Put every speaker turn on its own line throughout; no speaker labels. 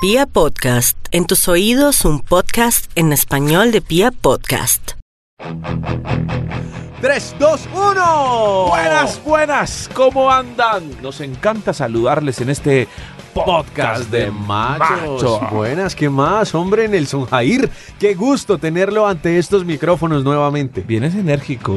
Pia Podcast, en tus oídos un podcast en español de Pia Podcast.
3, 2, 1.
Buenas, buenas, ¿cómo andan? Nos encanta saludarles en este podcast de macho.
Buenas, ¿qué más? Hombre, Nelson Jair, qué gusto tenerlo ante estos micrófonos nuevamente.
Vienes enérgico.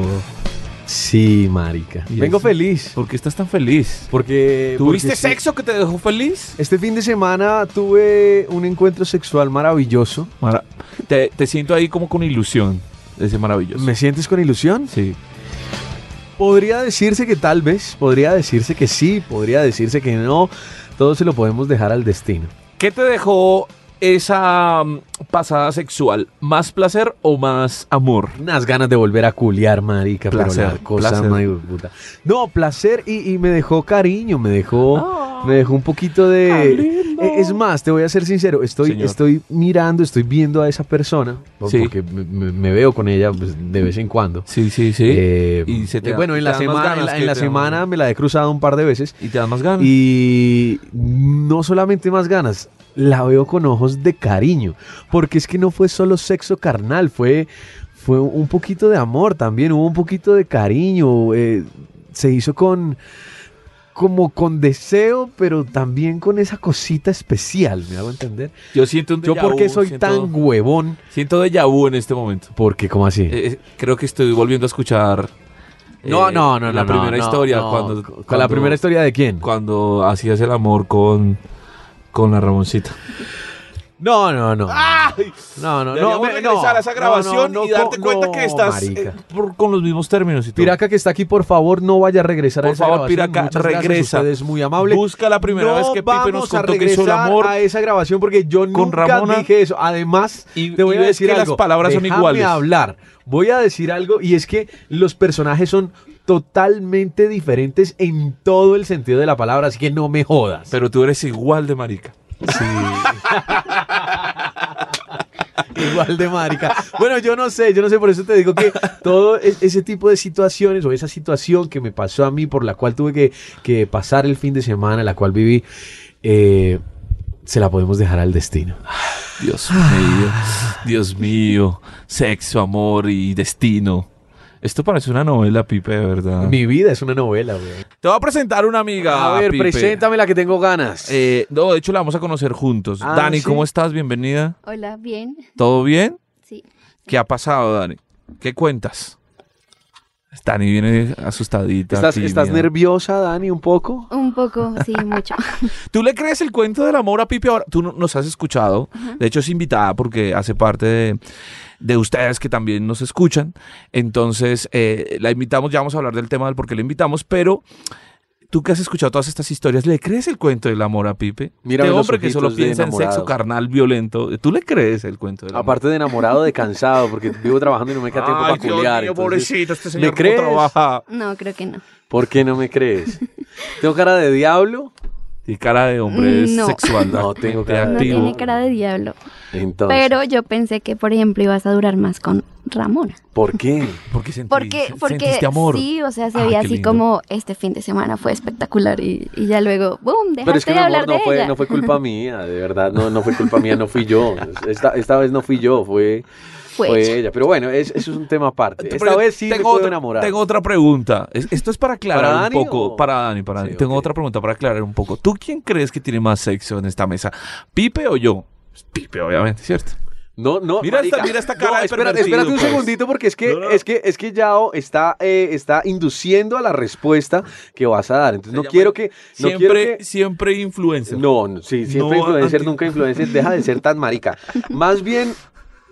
Sí, marica.
¿Y
Vengo
eso?
feliz.
¿Por qué estás tan feliz?
Porque...
¿Tuviste
porque sí.
sexo que te dejó feliz?
Este fin de semana tuve un encuentro sexual maravilloso.
Mara- te, te siento ahí como con ilusión. Ese maravilloso.
¿Me sientes con ilusión?
Sí.
Podría decirse que tal vez, podría decirse que sí, podría decirse que no. Todo se lo podemos dejar al destino.
¿Qué te dejó esa mm, pasada sexual? ¿Más placer o más amor?
Unas ganas de volver a culiar, marica,
Placer,
pero la cosa
placer.
más hijo de puta. No, placer y, y me dejó cariño, me dejó, me dejó un poquito de.
lindo.
Eh, Es más, te voy a ser sincero, estoy,
Señor.
estoy mirando, estoy viendo a esa persona, po-
Sí.
porque me, me- me veo con ella pues, de vez en cuando.
Sí, sí, sí.
Eh,
y se te
eh,
da-
bueno, en
te
la
dan más
semana, en
ganas
la,
que
en la
te dan-
semana me la he cruzado un par de veces
Y te dan más ganas.
y no solamente más ganas, la veo con ojos de cariño, porque es que no fue solo sexo carnal, fue, fue un poquito de amor también, hubo un poquito de cariño, eh, se hizo con como con deseo, pero también con esa cosita especial, ¿me hago entender?
Yo siento un
Yo
déjà
porque
vu,
soy
siento-
tan huevón,
Siento déjà vu en este momento.
porque como así?
Eh, eh, creo que estoy volviendo a escuchar. eh,
no, no, no,
La
no,
primera
no,
historia.
no.
cuando,
¿Con
cuando-
la primera historia de quién?
Cuando hacías el amor con. Con la Ramoncita.
No, no, no. No, no, no.
Deberíamos
me-
regresar
no,
a esa grabación
no, no,
y darte
no,
cuenta
no,
que estás
marica.
eh, por- con los mismos términos y todo.
Piraca que está aquí, por favor, no vaya a regresar a
Por
esa
favor,
grabación.
Piraca,
Muchas gracias,
regresa.
usted es muy amable.
Busca la primera
No
vez que Pipe nos
vamos a
contó que hizo el
regresar
amor.
a esa grabación porque yo
con
nunca
Ramona.
dije eso. Además,
Y-
te voy
y
a
ves
decir
que las
algo.
palabras son
Déjame
iguales.
hablar. Voy a decir algo y es que los personajes son totalmente diferentes en todo el sentido de la palabra, así que no me jodas.
Pero tú eres igual de marica.
Igual de marica. Bueno, yo no sé, yo no sé, por eso te digo que todo es- ese tipo de situaciones o esa situación que me pasó a mí, por la cual tuve que, que pasar el fin de semana, la cual viví, eh, se la podemos dejar al destino.
Ah. Dios mío. Dios mío. Sexo, amor y destino. Esto parece una novela, Pipe, de verdad.
Mi vida es una novela, güey.
Te voy a presentar una amiga.
A ver,
Ah, Pipe.
preséntame la que tengo ganas.
Eh, no, de hecho la vamos a conocer juntos.
Ah,
Dani,
¿sí?
¿cómo estás? Bienvenida.
Hola, bien,
¿Todo bien?
sí.
¿Qué ha pasado, Dani? ¿Qué cuentas? Dani viene asustadita.
¿Estás,
tímida.
¿Estás nerviosa, Dani, un poco?
Un poco, sí, mucho.
¿Tú le crees el cuento del amor a Pipe ahora? Tú no- nos has escuchado. De hecho, es invitada porque hace parte de, de ustedes que también nos escuchan. Entonces, eh, la invitamos. Ya vamos a hablar del tema del por qué la invitamos. Pero tú que has escuchado todas estas historias, ¿le crees el cuento del amor a Pipe?
Mírame
de
los
hombre que solo
ojitos de
piensa en sexo
enamorado.
carnal violento. ¿Tú le crees el cuento del amor?
Aparte de enamorado, de cansado, porque vivo trabajando y no me queda tiempo
Ay,
para
Dios
culiar.
mío,
entonces-
pobrecito, este
¿me
señor cómo
crees?
trabaja.
No, creo que no.
¿Por qué no me crees? ¿Tengo cara de diablo?
Y cara de hombre
No.
sexual.
No, tengo cara de-
No
activo.
tiene cara de diablo.
Entonces,
Pero yo pensé que, por ejemplo, ibas a durar más con Ramona.
¿por qué?
Porque sentí,
Porque, porque
sentiste amor.
sí, o sea, se
Ah,
veía
qué
así
lindo.
como este fin de semana fue espectacular y, y ya luego, ¡boom! Dejaste
Pero es que mi
de hablar
amor no
de
fue,
ella.
no fue culpa mía, de verdad, no, no fue culpa mía, no fui yo. Esta, esta vez no fui yo, fue,
Fue
fue
ella.
ella. Pero bueno, es- eso es un tema aparte.
Pero
Esta
yo
vez sí me puedo
otra,
enamorar.
Tengo otra pregunta. Es- Esto es para aclarar
¿Para
un
Dani
poco.
o?
Para Dani, para
Sí,
Dani. Tengo
ok.
otra pregunta para aclarar un poco. ¿Tú quién crees que tiene más sexo en esta mesa? ¿Pipe o yo? Pues Pipe, obviamente, ¿cierto?
No, no,
Mira esta-
marica.
mira esta cara de
espérate,
pervertido,
espérate un
pues.
segundito porque es que,
No, no.
es que, es que Yao está, eh, está induciendo a la respuesta que vas a dar. Entonces no
llama
quiero que, no
Siempre,
quiero que
siempre influencer.
No, no, sí, siempre
No,
influencer,
anti-
nunca influencer, deja de ser tan marica. Más bien,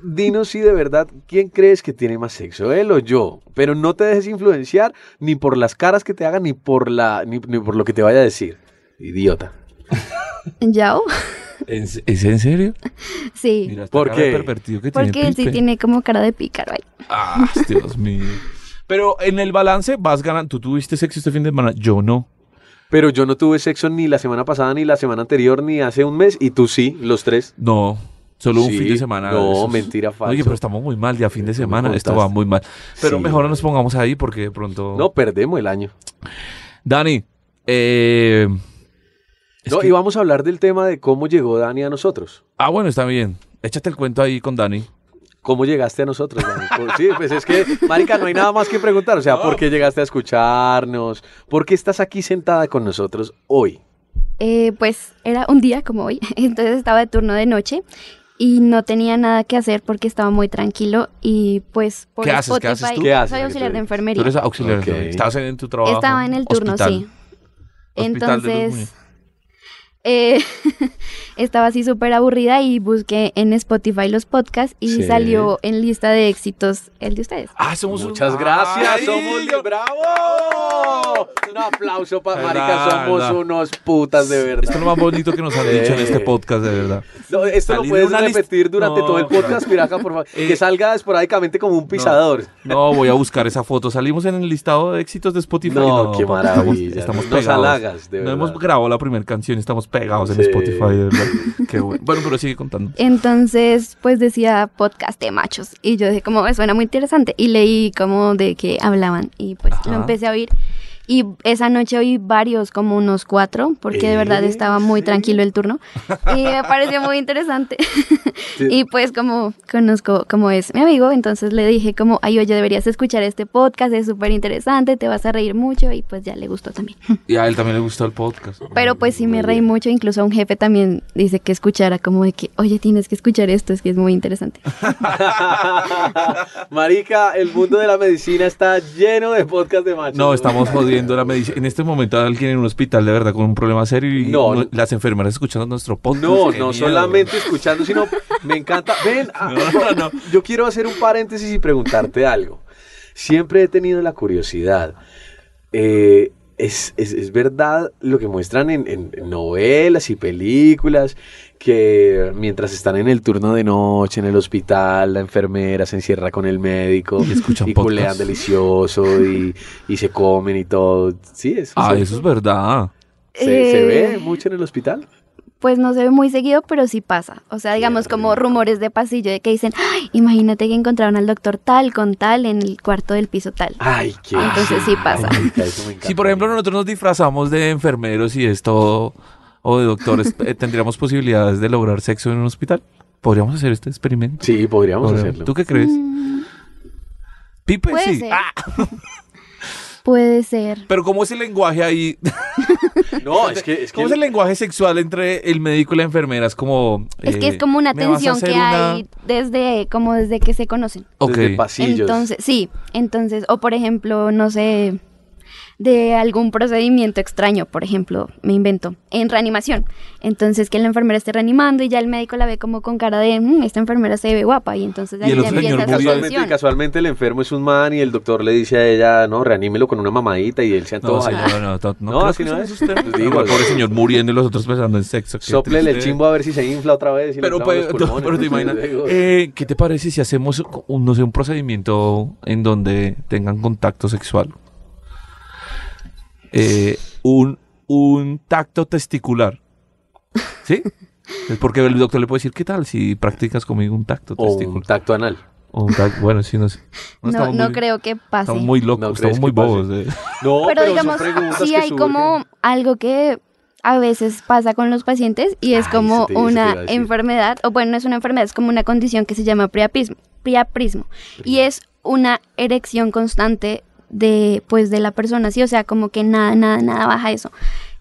dinos si de verdad, ¿quién crees que tiene más sexo, él o yo? Pero no te dejes influenciar ni por las caras que te hagan, ni por, la, ni, ni por lo que te vaya a decir. Idiota.
¿Yao?
¿Es, es en serio?
Sí.
Mira, esta
¿Por
cara de
qué?
pervertido que
porque
tiene
él sí
Pipe.
tiene como cara de pícaro ahí.
Ah, Dios mío. Pero en el balance vas ganando. Tú tuviste sexo este fin de semana. Yo no.
Pero yo no tuve sexo ni la semana pasada, ni la semana anterior, ni hace un mes, y tú sí, los tres.
No. Solo un
Sí,
fin de semana. de
no,
esos.
mentira, falso.
Oye, pero estamos muy mal ya fin de
Tú me
semana. Esto va
contaste.
muy mal. Pero
Sí,
mejor no nos
marica.
pongamos ahí porque de pronto.
No, perdemos el año.
Dani, eh, Es
No,
que-
y vamos a hablar del tema de cómo llegó Dani a nosotros.
Ah, bueno, está bien. Échate el cuento ahí con Dani.
¿Cómo llegaste a nosotros, Dani? Por- Sí, pues es que, marica, no hay nada más que preguntar. O sea, ¿por qué llegaste a escucharnos? ¿Por qué estás aquí sentada con nosotros hoy?
Eh, pues era un día como hoy, entonces estaba de turno de noche y no tenía nada que hacer porque estaba muy tranquilo y pues por
¿Qué haces? ¿Qué haces tú?
Spotify-
¿Qué haces?
soy auxiliar de
Tú
enfermería.
eres auxiliar.
Ok.
¿no? Estabas en, en tu trabajo.
Estaba en el turno,
hospital.
sí.
Hospital de Luz Muñoz.
Entonces, eh, estaba así súper aburrida y busqué en Spotify los podcasts y
Sí.
salió en lista de éxitos el de ustedes.
Ah, somos un-
Muchas gracias,
Ay,
somos
yo-
bravo. Un aplauso para Marica,
Verdad,
somos
verdad.
unos putas de
Esto es
verdad.
lo más bonito que nos han dicho en este podcast, de verdad.
No, esto lo
Salir
puedes
una lista-
repetir durante
No, eh,
todo el podcast, Piraca, por favor. que salga esporádicamente como un pisador.
No, voy a buscar esa foto. Salimos en el listado de éxitos de Spotify.
No, qué maravilla.
Estamos, estamos
Nos
pegados.
halagas, de
no
verdad.
hemos grabado la primera canción, estamos pegados en
Sí.
Spotify, de verdad. Qué bueno. Bueno, pero sigue contando.
Eh, Entonces, pues decía podcast de machos y yo dije como "Ay, suena muy interesante y leí como de que hablaban y pues
Ajá.
lo empecé a oír y esa noche oí varios, como unos cuatro, porque de verdad
¿Eh?
estaba muy
¿Sí?
tranquilo el turno y me pareció muy interesante.
Sí.
Y pues como conozco como es mi amigo, entonces le dije como, ay, oye, deberías escuchar este podcast, es súper interesante, te vas a reír mucho y pues ya le gustó también.
Y a él también le gustó el podcast.
Pero pues sí
Muy
me reí
bien.
mucho, incluso a un jefe también dice que escuchara como de que, oye, tienes que escuchar esto, es que es muy interesante.
Marica, el mundo de la medicina está lleno de podcast de machos.
No, estamos jodiendo la medicina. En este momento hay alguien en un hospital de verdad con un problema serio y
No.
no- las enfermeras escuchando nuestro podcast.
No,
Qué
no
miedo.
solamente escuchando, sino me encanta. Ven, ah, yo quiero hacer un paréntesis y preguntarte algo. Siempre he tenido la curiosidad. eh, es, es- es verdad lo que muestran en, en- en novelas y películas, que mientras están en el turno de noche, en el hospital, la enfermera se encierra con el médico
Y escuchan
y culean
podcast.
delicioso y, y se comen y todo. Sí, eso,
Ah,
se-
eso es verdad.
¿Se, se
Eh,
ve mucho en el hospital?
Pues no se ve muy seguido, pero sí pasa. O sea, digamos como
rico.
rumores de pasillo de que dicen, ay, imagínate que encontraron al doctor tal con tal en el cuarto del piso tal.
Ay, qué.
Entonces sí pasa.
Ay, marica, eso me encanta.
Si por ejemplo nosotros nos disfrazamos de enfermeros y esto o de doctores, eh, ¿tendríamos posibilidades de lograr sexo en un hospital? ¿Podríamos hacer este experimento?
Sí, podríamos
Podríamos.
hacerlo.
¿Tú qué crees? Pipe,
Mm, Puede
sí.
ser.
Ah,
Puede ser.
pero ¿cómo es el lenguaje ahí?
No, es que. Es que
¿Cómo es el lenguaje sexual entre el médico y la enfermera? Es como...
Es que
eh,
es como una
¿me vas a
tensión que
hacer una-
hay desde, como desde que se conocen.
Ok.
desde pasillos.
Entonces, sí, entonces, o por ejemplo, no sé, de algún procedimiento extraño, por ejemplo, me invento, en reanimación. Entonces, que la enfermera esté reanimando y ya el médico la ve como con cara de, "Mm, esta enfermera se ve guapa, y entonces
Y
ahí
el
ya
otro señor
empieza su
murió.
casualmente,
solución.
casualmente el enfermo es un man y el doctor le dice a ella, no, reanímelo con una mamadita y él se
No,
antoja.
señor, no, no, no,
No,
creo
así
que
no
sea
es.
eso usted.
Pues digo,
No, el pobre
es-
señor muriendo y los otros pensando en sexo. Qué
Sóplele el
triste.
chimbo a ver si se infla otra vez. y le
Pero,
inflamos los
pues, no,
pulmones.
pero te imaginas,
Digo,
eh, ¿qué te parece si hacemos, un, no sé, un procedimiento en donde tengan contacto sexual? Eh, un, un tacto testicular. ¿Sí? Es porque el doctor le puede decir, ¿qué tal si practicas conmigo un tacto
o un
testicular?
tacto anal.
O un tac- bueno, sí, no sé.
No,
estamos
no
muy-
creo que pase.
Estamos muy locos,
No
estamos
crees
muy
que pase.
bobos. eh.
No,
pero, digamos,
son preguntas
sí
que
hay como
surgen.
algo que a veces pasa con los pacientes y
Ay,
es
eso
como
te- eso te iba
una
a decir.
enfermedad, o bueno, no es una enfermedad, es como una condición que se llama priapismo, priapismo y es una erección constante de pues de la persona, sí, o sea, como que nada, nada, nada baja eso.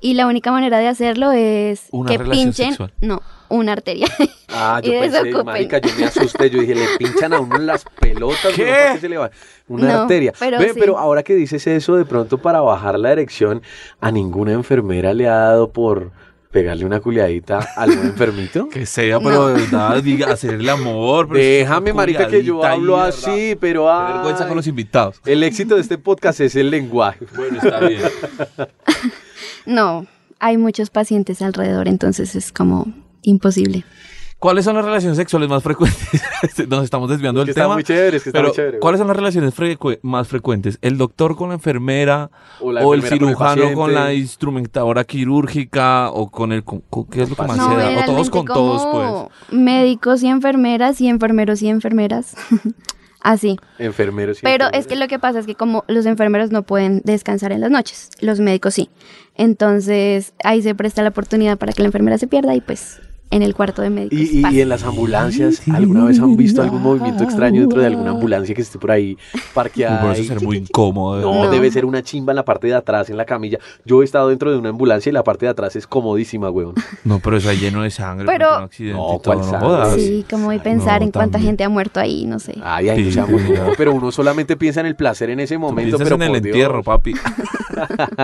Y la única manera de hacerlo es
Una
que
relación
pinchen,
sexual.
no, una arteria.
Ah, yo
y
pensé,
desocupen.
marica, yo me asusté, yo dije, le pinchan a uno en las pelotas,
¿Qué?
pero ¿por qué se le va? Una
No,
arteria.
pero
Ve,
sí.
pero ahora que dices eso, de pronto para bajar la erección, ¿a ninguna enfermera le ha dado por pegarle una culiadita a algún enfermito?
Que sea, pero
No.
de verdad, diga, hacer el amor. pero
Déjame,
una
marica, que yo
culiadita ahí,
hablo
de verdad.
así, pero
Qué vergüenza
ay,
con los invitados.
el éxito de este podcast es el lenguaje.
Bueno, está bien.
no, hay muchos pacientes alrededor, entonces es como imposible.
¿Cuáles son las relaciones sexuales más frecuentes? Nos estamos desviando
Es que
del
está
tema.
muy chévere, es que está
pero,
muy chévere.
¿cuáles son las relaciones frecu- más frecuentes? ¿El doctor con la enfermera?
O
¿O,
la
el
enfermera con el
cirujano con la
paciente.
instrumentadora quirúrgica? ¿O con el... con- con- ¿Qué es lo que más
No,
se da? ¿O
generalmente
todos con todos, pues?
como Médicos y enfermeras y enfermeros y enfermeras. Así.
Enfermeros. y
Pero es
enfermeras.
que lo que pasa es que como los enfermeros no pueden descansar en las noches, los médicos sí. Entonces ahí se presta la oportunidad para que la enfermera se pierda y pues en el cuarto de médicos.
Y, y-
pasa.
y en las ambulancias, ¿alguna vez han visto algún movimiento extraño dentro de alguna ambulancia que esté por ahí
Uy, pero
parqueada?
eso
y-
ser muy incómodo.
No,
No.
debe ser una chimba en la parte de atrás, en la camilla. Yo he estado dentro de una ambulancia y la parte de atrás es comodísima, weón.
No, pero eso es lleno de sangre.
Pero-
porque un accidente
No,
y todo,
¿cuál
no
sangre?
jodas.
Sí, como y pensar
No,
en cuánta
también.
gente ha muerto ahí, no sé.
Ay, ay, no
Sí,
seamos
sí, sí.
bobos, pero uno solamente piensa en el placer en ese
Tú
momento.
piensas
pero
en el
por Dios.
entierro, papi.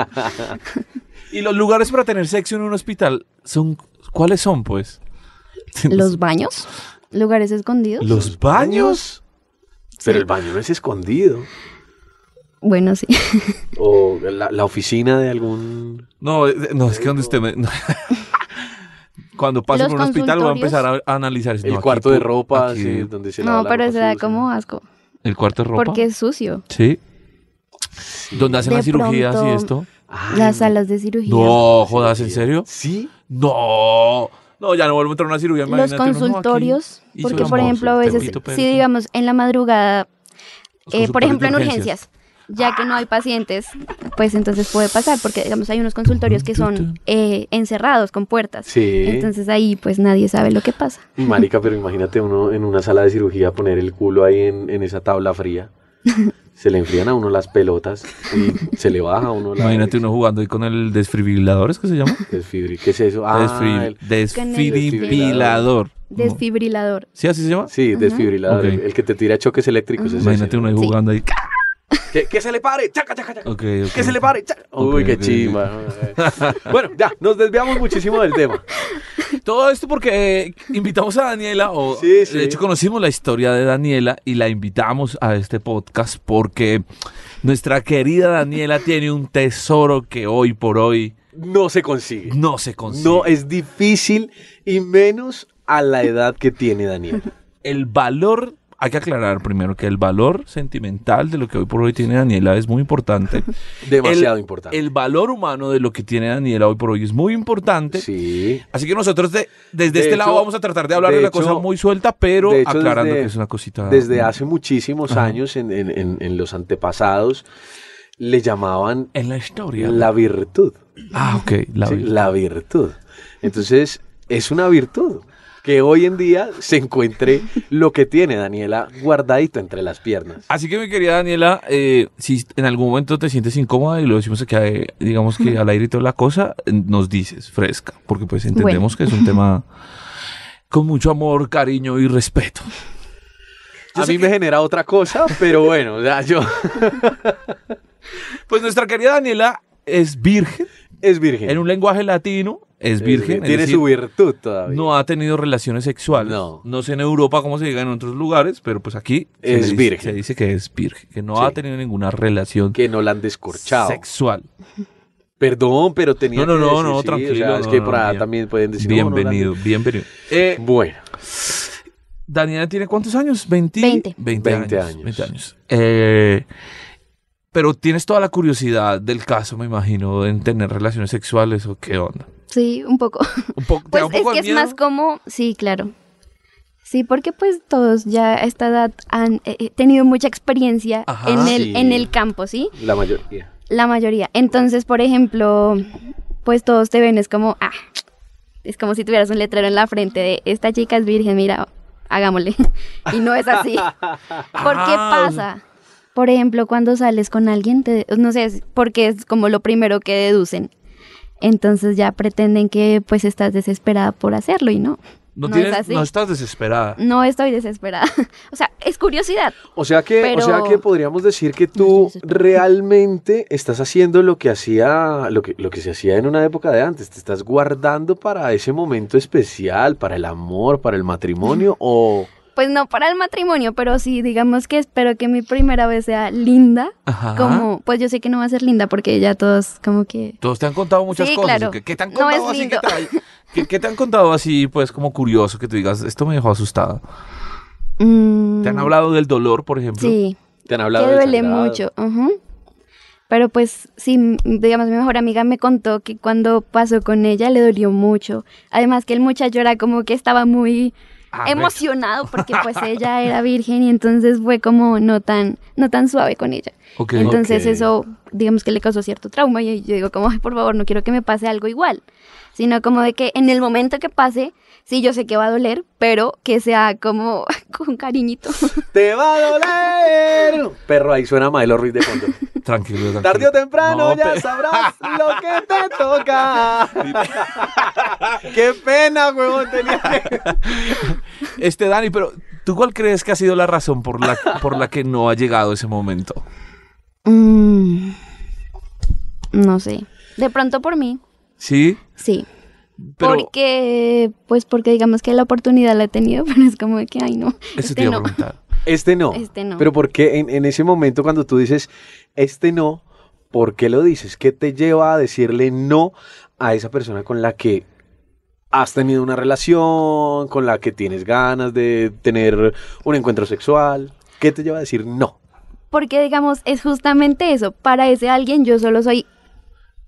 y los lugares para tener sexo en un hospital son ¿cuáles son, pues?
Los baños, lugares escondidos.
los baños.
Pero el baño no es escondido.
Bueno, sí.
O la, la oficina de algún.
No, eh, no es que donde usted me... no. Cuando pase
Los
por un hospital voy a empezar a a analizar.
El
Pues No, aquí
cuarto de
pu-
ropa,
aquí-
sí, donde se lava
No,
la
pero
ropa
se da
sucia.
como asco.
El cuarto de ropa.
Porque es sucio.
Sí. ¿Dónde hacen
De
las cirugías y
pronto-
esto?
Ay,
Las salas de cirugía.
No, jodas, ¿en serio?
Sí.
No. No, ya no vuelvo a entrar a una cirugía.
los
imagínate, uno, no, aquí
consultorios,
hizo
porque
el amor,
por
este
ejemplo a
el
veces,
perrito, pero-
si digamos en la madrugada,
Los
eh, por
consultorios
ejemplo
de Ah.
en urgencias, ya que no hay pacientes, pues entonces puede pasar, porque digamos hay unos consultorios que son eh, encerrados con puertas,
Sí.
entonces ahí pues nadie sabe lo que pasa.
Marica, pero imagínate uno en una sala de cirugía poner el culo ahí en, en esa tabla fría. Se le enfrían a uno las pelotas y se le baja a uno la.
Imagínate uno jugando ahí con el desfibrilador, ¿es que se llama?
Desfibri- ¿Qué es eso? Ah,
Desfri-
el-
desfibrilador. No.
Desfibrilador.
¿Sí así se llama?
sí, desfibrilador.
Ok.
El, el que te tira choques eléctricos. es ese.
Imagínate uno ahí
Sí.
jugando ahí.
Que, que se le pare. Chaca, chaca, chaca.
Ok, ok.
Que se le pare. chaca. Uy,
Ok,
qué
ok, ok.
chimba. bueno, ya, nos desviamos muchísimo del tema.
Todo esto porque eh, invitamos a Daniela, o
Sí, sí.
de hecho conocimos la historia de Daniela y la invitamos a este podcast porque nuestra querida Daniela tiene un tesoro que hoy por hoy
No se consigue.
no se consigue.
No eh. es difícil y menos a la edad que tiene Daniel.
el valor, hay que aclarar primero que el valor sentimental de lo que hoy por hoy tiene Daniela es muy importante.
Demasiado
El-
importante.
El valor humano de lo que tiene Daniela hoy por hoy es muy importante.
sí.
Así que nosotros de- desde
De
este lado
hecho-
vamos a tratar de hablar de,
de
una
hecho-
cosa muy suelta, pero
de hecho,
aclarando
desde-
que es una cosita.
Desde hace muchísimos
Ajá.
años, en, en- en- en los antepasados, le llamaban
En la historia.
la virtud.
Ah, ok. La
Sí,
vida.
la virtud. Entonces, es una virtud que hoy en día se encuentre lo que tiene Daniela guardadito entre las piernas.
Así que mi querida Daniela, eh, si en algún momento te sientes incómoda y lo decimos aquí, eh, digamos que al aire y toda la cosa, eh, nos dices fresca, porque pues entendemos que es un tema con mucho amor, cariño y respeto.
A mí me genera otra cosa, pero bueno, o sea, yo
Pues nuestra querida Daniela es virgen,
es virgen.
en un lenguaje latino, es virgen. es
Eh, Tiene
decir,
su virtud todavía.
No ha tenido relaciones sexuales.
No.
sé en Europa cómo se diga en otros lugares, pero pues aquí
Es
se le dice-
virgen.
se dice que es virgen, que no
Sí.
ha tenido ninguna relación
Que no la han descorchado.
sexual.
Perdón, pero tenía
No, no,
que
no,
decir,
no,
sí, o sea,
tranquilo,
es
no,
que
no,
por allá
bien.
también pueden decir. "Oh, no, no, la-
bienvenido, bienvenido. Eh,
Bueno,
Daniela tiene cuántos años? 20.
Veinte.
20,
Veinte
años.
años.
20 años. Eh, pero tienes toda la curiosidad del caso, me imagino, en tener relaciones sexuales o qué onda.
Sí, un poco.
Un poco, ¿te
Pues
da un
es
poco de
que es
miedo?
más como, sí, claro. Sí, porque pues todos ya a esta edad han eh, eh, tenido mucha experiencia
Ajá.
en el
Sí.
en el campo, ¿sí?
la mayoría.
La mayoría. Entonces, por ejemplo, pues todos te ven, es como, ah, es como si tuvieras un letrero en la frente de, esta chica es virgen, mira, hagámosle. Y no es así. ¿Por qué
Ah, o
pasa? Por ejemplo, cuando sales con alguien, te- no sé, es porque es como lo primero que deducen. Entonces ya pretenden que pues estás desesperada por hacerlo y no.
No,
no
tienes-
es así.
no estás desesperada.
No estoy desesperada. O sea, es curiosidad.
O sea que, o
Pero-
sea que podríamos decir que tú
sí, sí, sí.
realmente estás haciendo lo que hacía, lo que, lo que se hacía en una época de antes. ¿Te estás guardando para ese momento especial, para el amor, para el matrimonio? O
Pues no para el matrimonio, pero sí, digamos que espero que mi primera vez sea linda.
Ajá.
Como, pues yo sé que no va a ser linda porque ya todos como que...
Todos te han contado muchas
Sí,
cosas.
claro.
¿Qué, qué te han
No es
contado así? ¿Qué
lindo.
te, qué- qué te han contado así, pues, como curioso que tú digas, esto me dejó asustada?
mm,
¿Te han hablado del dolor, por ejemplo?
Sí,
te han
que
hablado del
duele
sangrado?
mucho. ujú. Pero pues sí, m- digamos, mi mejor amiga me contó que cuando pasó con ella le dolió mucho. Además que el muchacho era como que estaba muy
Ah,
emocionado porque pues ella era virgen y entonces fue como no tan, no tan suave con ella.
Ok.
Entonces
Ok.
eso, digamos que le causó cierto trauma y yo digo como, "Ay, por favor, no quiero que me pase algo igual, sino como de que en el momento que pase, sí, yo sé que va a doler, pero que sea como con cariñito.
¡Te va a doler! Perro, ahí suena Maelo Ruiz de fondo.
Tranquilo, tranquilo.
Tarde o temprano
No,
ya
pe-
sabrás lo que te toca. ¡Qué pena, huevón! Tenía que-
Este, Dani, pero ¿tú cuál crees que ha sido la razón por la, por la que no ha llegado ese momento?
Mm, no sé. De pronto por mí,
¿Sí?
sí.
Pero
Porque, pues porque digamos que la oportunidad la he tenido, pero es como de que, ay no,
eso
este
te iba a
no.
preguntar.
Este no.
Este no.
Pero ¿por qué en, en ese momento cuando tú dices este no, por qué lo dices? ¿Qué te lleva a decirle no a esa persona con la que has tenido una relación, con la que tienes ganas de tener un encuentro sexual? ¿Qué te lleva a decir no?
Porque digamos, es justamente eso, para ese alguien yo solo soy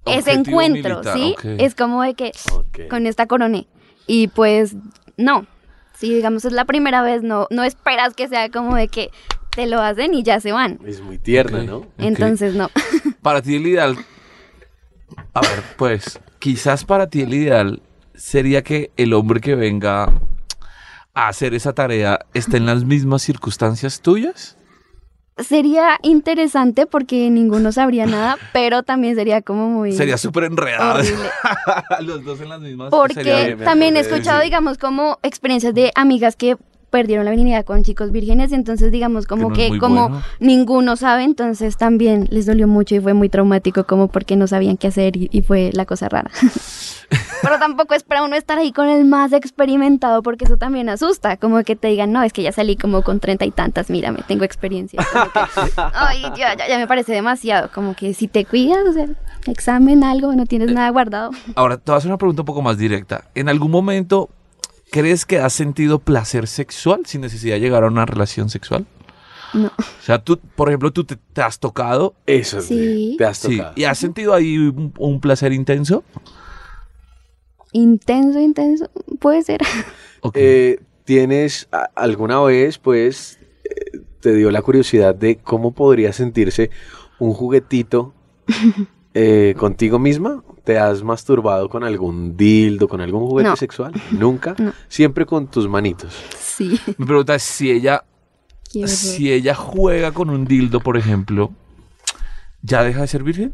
ese
Objetivo
encuentro,
militar,
¿sí?
ok.
Es como de que
Ok.
con esta coroné. Y pues no, si digamos es la primera vez, no, no esperas que sea como de que te lo hacen y ya se van.
Es muy tierna,
Ok.
¿no?
Ok.
Entonces no.
Para ti el ideal... A ver, pues, quizás para ti el ideal sería que el hombre que venga a hacer esa tarea esté en las mismas circunstancias tuyas.
Sería interesante porque ninguno sabría nada, pero también sería como muy...
Sería súper enredado.
horrible.
Los dos en las mismas. sería
Porque
bien, me
también he
acordé,
escuchado,
sí.
digamos, como experiencias de amigas que perdieron la virginidad con chicos vírgenes, y entonces digamos como
no es
que,
muy
como
bueno.
ninguno sabe, entonces también les dolió mucho y fue muy traumático como porque no sabían qué hacer y, y fue la cosa rara. Pero tampoco es para uno estar ahí con el más experimentado porque eso también asusta, como que te digan, no, es que ya salí como con treinta y tantas, mírame, tengo experiencia. Como que, Ay, ya, ya, ya me parece demasiado, como que si te cuidas, o sea, examen, algo, no tienes nada guardado.
Ahora, te voy a hacer una pregunta un poco más directa. ¿En algún momento crees que has sentido placer sexual sin necesidad de llegar a una relación sexual?
No.
O sea, tú, por ejemplo, tú te, te has tocado.
Eso es bien.
Sí.
Te has
Sí.
tocado.
¿Y has sentido ahí un, un placer intenso?
Intenso, intenso, puede ser.
Ok.
Eh, ¿Tienes a- alguna vez, pues, eh, te dio la curiosidad de cómo podría sentirse un juguetito eh, contigo misma? ¿Te has masturbado con algún dildo, con algún juguete
No.
sexual? Nunca.
No.
Siempre con tus manitos.
Sí.
Mi pregunta es si ella,
qué horror.
si ella juega con un dildo, por ejemplo, ¿ya deja de ser virgen?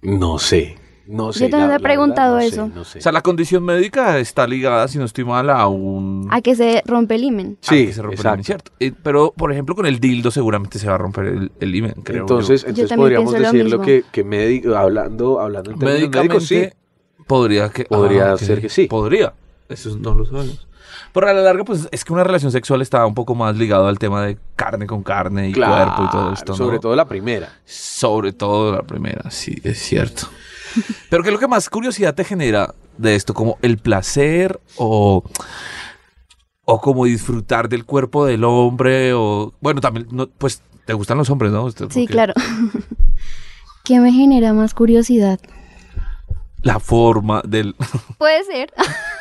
No sé. No sé.
Yo también me he preguntado
no sé,
eso.
no sé.
O sea, la condición médica está ligada, si no estoy mal, a un...
A que se rompe el himen.
a que
sí,
se rompe el
exacto.
himen, ¿cierto? Eh, pero, por ejemplo, con el dildo seguramente se va a romper el, el himen, creo yo.
entonces,
Yo
entonces
también
podríamos
pienso lo
decirlo
mismo.
que, que médico, hablando, hablando en términos
Médicamente
médicos, sí.
podría que
Podría
ok.
ser que sí.
Podría. Eso no lo sabemos. Pero a la larga, pues es que una relación sexual está un poco más ligado al tema de carne con carne y cuerpo y todo
Claro,
esto. ¿no?
Sobre todo la primera.
Sobre todo la primera, sí, es cierto. Pero ¿qué es lo que más curiosidad te genera de esto? ¿Como el placer o, o como disfrutar del cuerpo del hombre? O bueno, también, no, pues te gustan los hombres, ¿no? Usted,
Sí,
porque
claro. ¿Qué me genera más curiosidad?
La forma del...
Puede ser.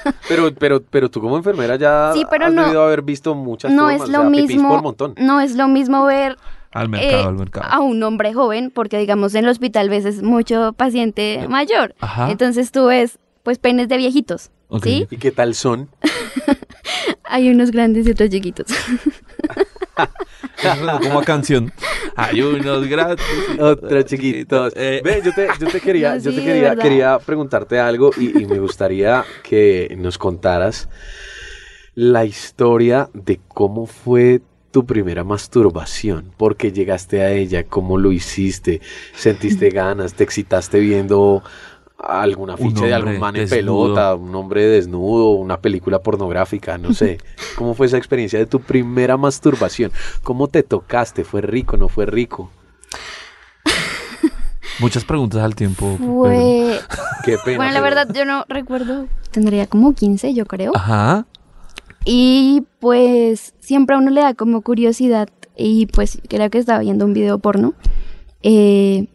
Pero, pero, pero tú como enfermera ya
Sí, pero
has
no-
debido haber visto muchas
No
formas,
es
o sea,
lo
pipís por
mismo.
montón.
No es lo mismo ver
al mercado,
eh,
al mercado.
a un hombre joven, porque digamos en el hospital ves es mucho paciente
Eh,
mayor.
Ajá.
Entonces tú ves pues penes de viejitos.
Ok.
¿Sí?
¿Y qué tal son?
Hay unos grandes y otros chiquitos.
como a canción. Hay unos gratis.
Otros chiquitos.
Eh,
Ve, yo te, yo te quería,
No,
yo te
sí, de
quería,
verdad.
quería preguntarte algo y, y me gustaría que nos contaras la historia de cómo fue tu primera masturbación, porque llegaste a ella, cómo lo hiciste, sentiste ganas, te excitaste viendo alguna
Un
ficha de algún
hombre
man en
desnudo.
pelota, un hombre desnudo, una película pornográfica, no sé. ¿Cómo fue esa experiencia de tu primera masturbación? ¿Cómo te tocaste? ¿Fue rico? ¿No fue rico?
Muchas preguntas al tiempo. pero-
Fue...
Qué pena.
Bueno, la
pero-
verdad yo no recuerdo. Tendría como 15, yo creo.
Ajá.
Y pues siempre a uno le da como curiosidad y pues creo que estaba viendo un video porno. eh,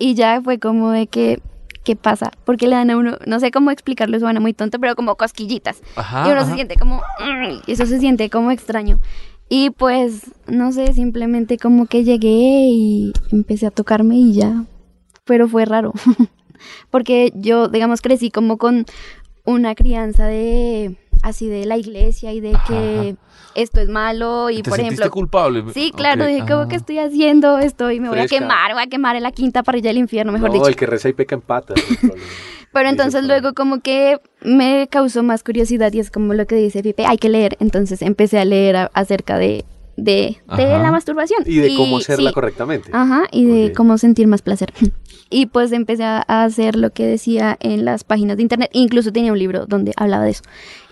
y ya fue como de que qué pasa, porque le dan a uno, no sé cómo explicarlo, suena muy tonto, pero como cosquillitas.
Ajá,
y uno
Ah, ajá.
se siente como, "Mm", y eso se siente como extraño. Y pues, no sé, simplemente como que llegué y empecé a tocarme y ya. Pero fue raro, porque yo, digamos, crecí como con una crianza de así de la iglesia y de que esto es malo y
¿Te
por
sentiste
ejemplo
culpable?
Sí, claro,
Ok,
dije, ¿cómo
ah.
que estoy haciendo esto? Y me voy
Fresca.
a quemar, voy a quemar en la quinta parrilla del infierno, mejor
no,
dicho.
el que reza y peca empata.
Pero entonces
por ahí.
luego como que me causó más curiosidad y es como lo que dice Pipe, hay que leer. Entonces empecé a leer a- acerca de, de, de
Ajá.
la masturbación.
y de cómo hacerla
sí. Ah,
correctamente.
Ajá, y de
Ok.
cómo sentir más placer. Y pues empecé a a hacer lo que decía en las páginas de internet. Incluso tenía un libro donde hablaba de eso.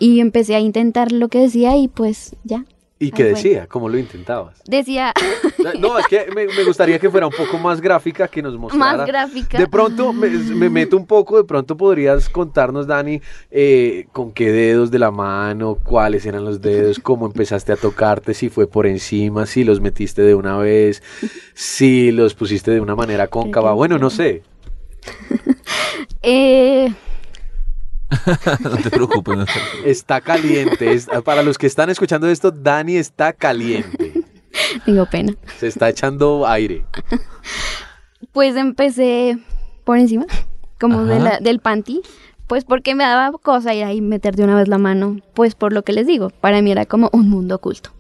Y empecé a intentar lo que decía y pues ya.
¿Y qué
Ah, bueno.
decía? ¿Cómo lo intentabas?
Decía
No, es que me, me gustaría que fuera un poco más gráfica, que nos mostrara.
más gráfica.
De pronto, me, me meto un poco, de pronto podrías contarnos, Dani, eh, con qué dedos de la mano, cuáles eran los dedos, cómo empezaste a tocarte, si fue por encima, si los metiste de una vez, si los pusiste de una manera cóncava, bueno, no sé.
Eh,
no te preocupes. no te preocupes.
Está caliente, es- para los que están escuchando esto, Dani está caliente,
tengo pena.
se está echando aire.
Pues empecé por encima, como de
Ajá.
la- del panty, pues porque me daba cosa ir ahí y meter de una vez la mano, pues por lo que les digo, para mí era como un mundo oculto.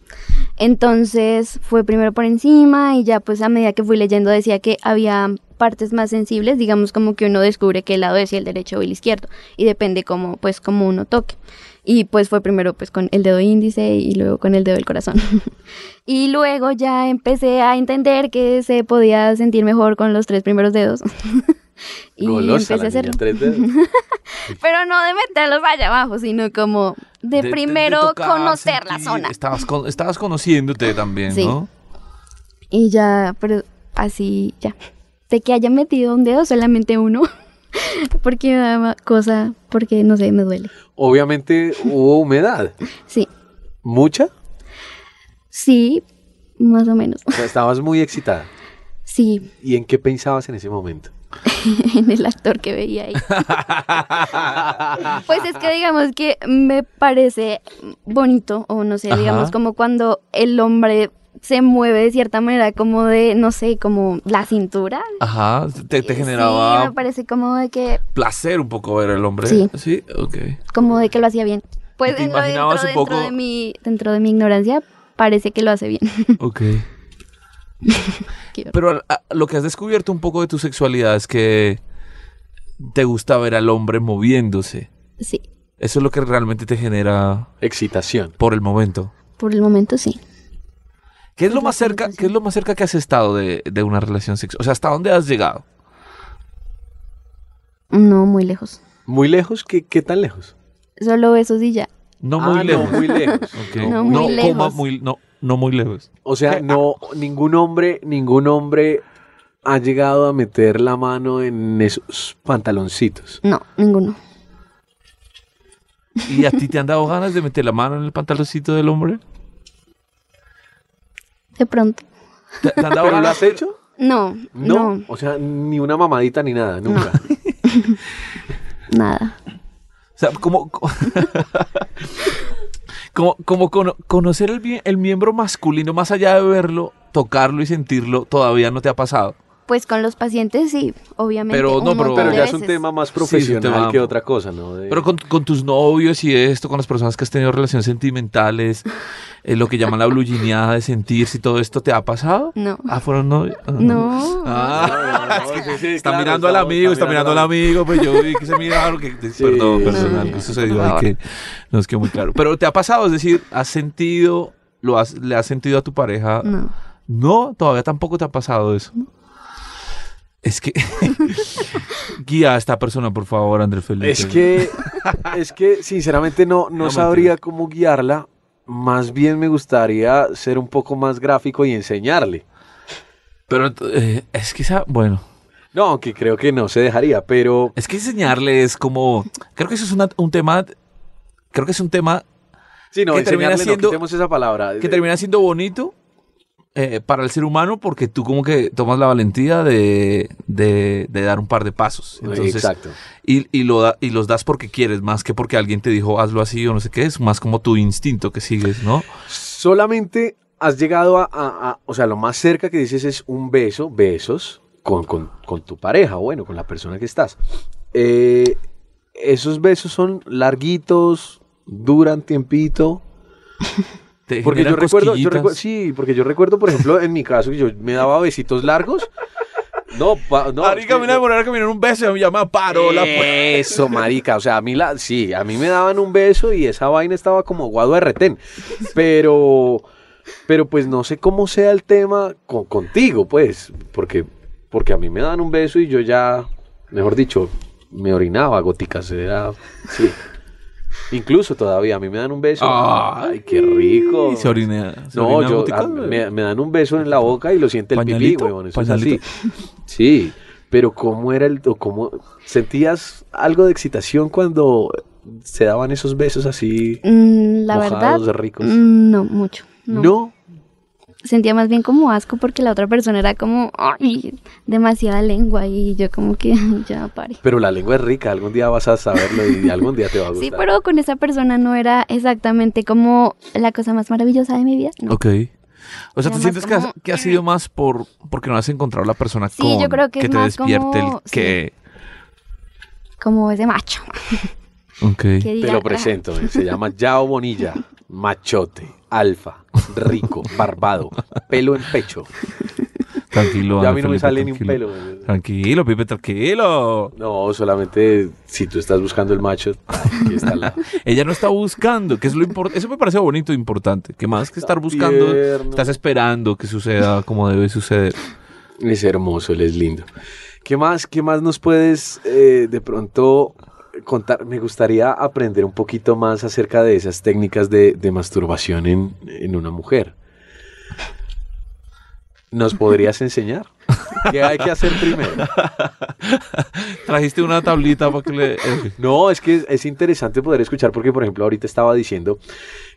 Entonces fue primero por encima y ya pues a medida que fui leyendo decía que había partes más sensibles, digamos como que uno descubre qué lado es, si el derecho o el izquierdo, y depende cómo, pues cómo uno toque. Y pues fue primero pues con el dedo índice y luego con el dedo del corazón. Y luego ya empecé a entender que se podía sentir mejor con los tres primeros dedos. y
Golosa
empecé
la
a
niña,
hacerlo.
tres dedos.
Pero no de meterlos allá abajo, sino como de, primero
tocar,
conocer la
sentir.
zona.
Estabas, con- estabas conociéndote también,
Sí.
¿no?
Y ya, pero así ya. De que haya metido un dedo, solamente uno. porque me daba cosa, porque no sé, me duele.
Obviamente hubo humedad,
Sí,
mucha,
sí, más o menos.
o sea, estabas muy excitada.
Sí,
¿Y en qué pensabas en ese momento?
en el actor que veía ahí. Pues es que digamos que me parece bonito, o no sé,
Ajá.
digamos como cuando el hombre se mueve de cierta manera, como de, no sé, como la cintura.
Ajá, te, te
Sí,
generaba
me parece como de que,
placer un poco ver al hombre.
Sí.
Sí, ok.
como de que lo hacía bien.
¿Y
Pues
te
en lo dentro,
imaginabas un
dentro
poco-
de mi, dentro de mi ignorancia, parece que lo hace bien.
Ok.
Qué horror.
Pero a- a- lo que has descubierto un poco de tu sexualidad es que te gusta ver al hombre moviéndose.
sí,
Eso es lo que realmente te genera
Excitación.
por el momento.
por el momento sí.
¿Qué
Pues
es lo más cerca, qué es lo más cerca que has estado de, de una relación sexual? O sea, ¿hasta dónde has llegado?
No muy lejos.
¿Muy lejos? ¿Qué, qué tan lejos?
Solo besos y ya.
No
Ah,
muy lejos.
No, muy lejos.
Ok.
No muy
No, coma,
lejos.
muy- no, no muy lejos.
O sea, no, ningún hombre, ningún hombre ha llegado a meter la mano en esos pantaloncitos.
No, ninguno.
¿Y a ti te han dado ganas de meter la mano en el pantaloncito del hombre?
De pronto.
¿Te, te han dado
¿Pero lo
ganas?
has hecho?
No, no,
O sea, ni una mamadita ni nada, nunca.
nada.
O sea, como... como, como cono- conocer el, bien- el miembro masculino, más allá de verlo, tocarlo y sentirlo, todavía no te ha pasado.
Pues con los pacientes sí, obviamente.
Pero
un
no, pero-
montón
Pero
de
ya es un
veces.
tema más
Sí, es un tema-
profesional que otra cosa, ¿no? De-
Pero con, con tus novios y esto, con las personas que has tenido relaciones sentimentales, eh, lo que llaman la blugineada de sentirse y todo esto, ¿te ha pasado?
No.
Ah, fueron novios. Ah.
No.
Ah.
No, sí, sí,
Está
claro,
mirando al
estamos-
amigo, está mirando al
amigo.
amigo, pues yo vi que se miraron, que
Sí.
perdón,
No,
perdón,
no,
algo
no,
sucedió
por
ahí
favor.
que no nos quedó muy claro. Pero te ha pasado, es decir, has sentido, lo has, le has sentido a tu pareja.
No.
No, todavía tampoco te ha pasado eso. Es que guía a esta persona, por favor, Andrés Felipe.
Es que, es que sinceramente no, no,
No,
sabría
mentiras.
cómo guiarla. Más bien me gustaría ser un poco más gráfico y enseñarle.
pero eh, es que esa, bueno,
No, aunque creo que no se dejaría, pero
es que enseñarle es como, creo que eso es una- un tema, creo que es un tema
sí, no,
Que
enseñarle
termina
no,
siendo-
quitemos esa palabra.
que termina siendo bonito, eh, para el ser humano porque tú como que tomas la valentía de, de- de dar un par de pasos. Entonces,
Exacto.
Y, y lo da- y los das porque quieres, más que porque alguien te dijo hazlo así o no sé qué, es más como tu instinto que sigues, ¿no?
Solamente has llegado a, a- a- o sea, lo más cerca que dices es un beso, besos, con, con- con tu pareja, bueno, con la persona que estás. Eh, esos besos son larguitos, duran tiempito.
Te
Porque yo
generan
recuerdo, yo
cosquillitas.
recuerdo, sí, porque yo recuerdo, por ejemplo, en mi caso, que yo me daba besitos largos. No, pa- no.
Marica, a mí
es que-
la
Eh,
demorada que me dieron un beso y me llama pues. paro la puerta.
Eso, marica. O sea, a mí la, sí, a mí me daban un beso y esa vaina estaba como guado de retén. Pero, pero pues no sé cómo sea el tema con- contigo, pues, porque, porque a mí me daban un beso y yo ya, mejor dicho, me orinaba goticas. Era, sí. Incluso todavía a mí me dan un beso. Ay, qué rico.
Y se orina. se
No,
orina
yo,
gotica.
ah, me, me dan un beso en la boca y lo siente el pipí,
¿Pañalito?
weón. Eso es así.
¿Pañalito?
Sí, pero ¿cómo era el... o cómo, ¿Sentías algo de excitación cuando se daban esos besos así?
Mm, la
Mojados,
verdad.
ricos.
mm, no, mucho.
No.
No. Sentía más bien como asco porque la otra persona era como, ay, demasiada lengua y yo como que ya pare.
pero la lengua es rica, algún día vas a saberlo y algún día te va a gustar.
Sí, pero con esa persona no era exactamente como la cosa más maravillosa de mi vida. no.
Ok. O sea, ¿tú
Era más
sientes que, has-
como-
que ha sido más por porque no has encontrado la persona
Sí, yo
con-
creo que es
te
más
despierte el
como- sí.
que...
Como ese macho.
Ok.
que
Te
diga,
lo
"Ah,
presento, eh, se llama Yao Bonilla, machote, alfa, rico, barbado, pelo en pecho.
Tranquilo.
Ya a
Ana
mí no me
Felipe,
sale ni un
tranquilo.
pelo, güey.
Tranquilo, Pipe, tranquilo.
No, solamente si tú estás buscando el macho, aquí está la...
Ella no está buscando, que es lo importante. Eso me parece bonito e importante. Que más que estar buscando,
tierno.
estás esperando que suceda como debe suceder.
Es hermoso, él es lindo. ¿Qué más, qué más nos puedes eh, de pronto contar? Me gustaría aprender un poquito más acerca de esas técnicas de, de masturbación en, en una mujer. ¿Nos podrías enseñar? ¿Qué hay que hacer primero?
Trajiste una tablita para que le. eh,
No, es que es, es interesante poder escuchar porque, por ejemplo, ahorita estaba diciendo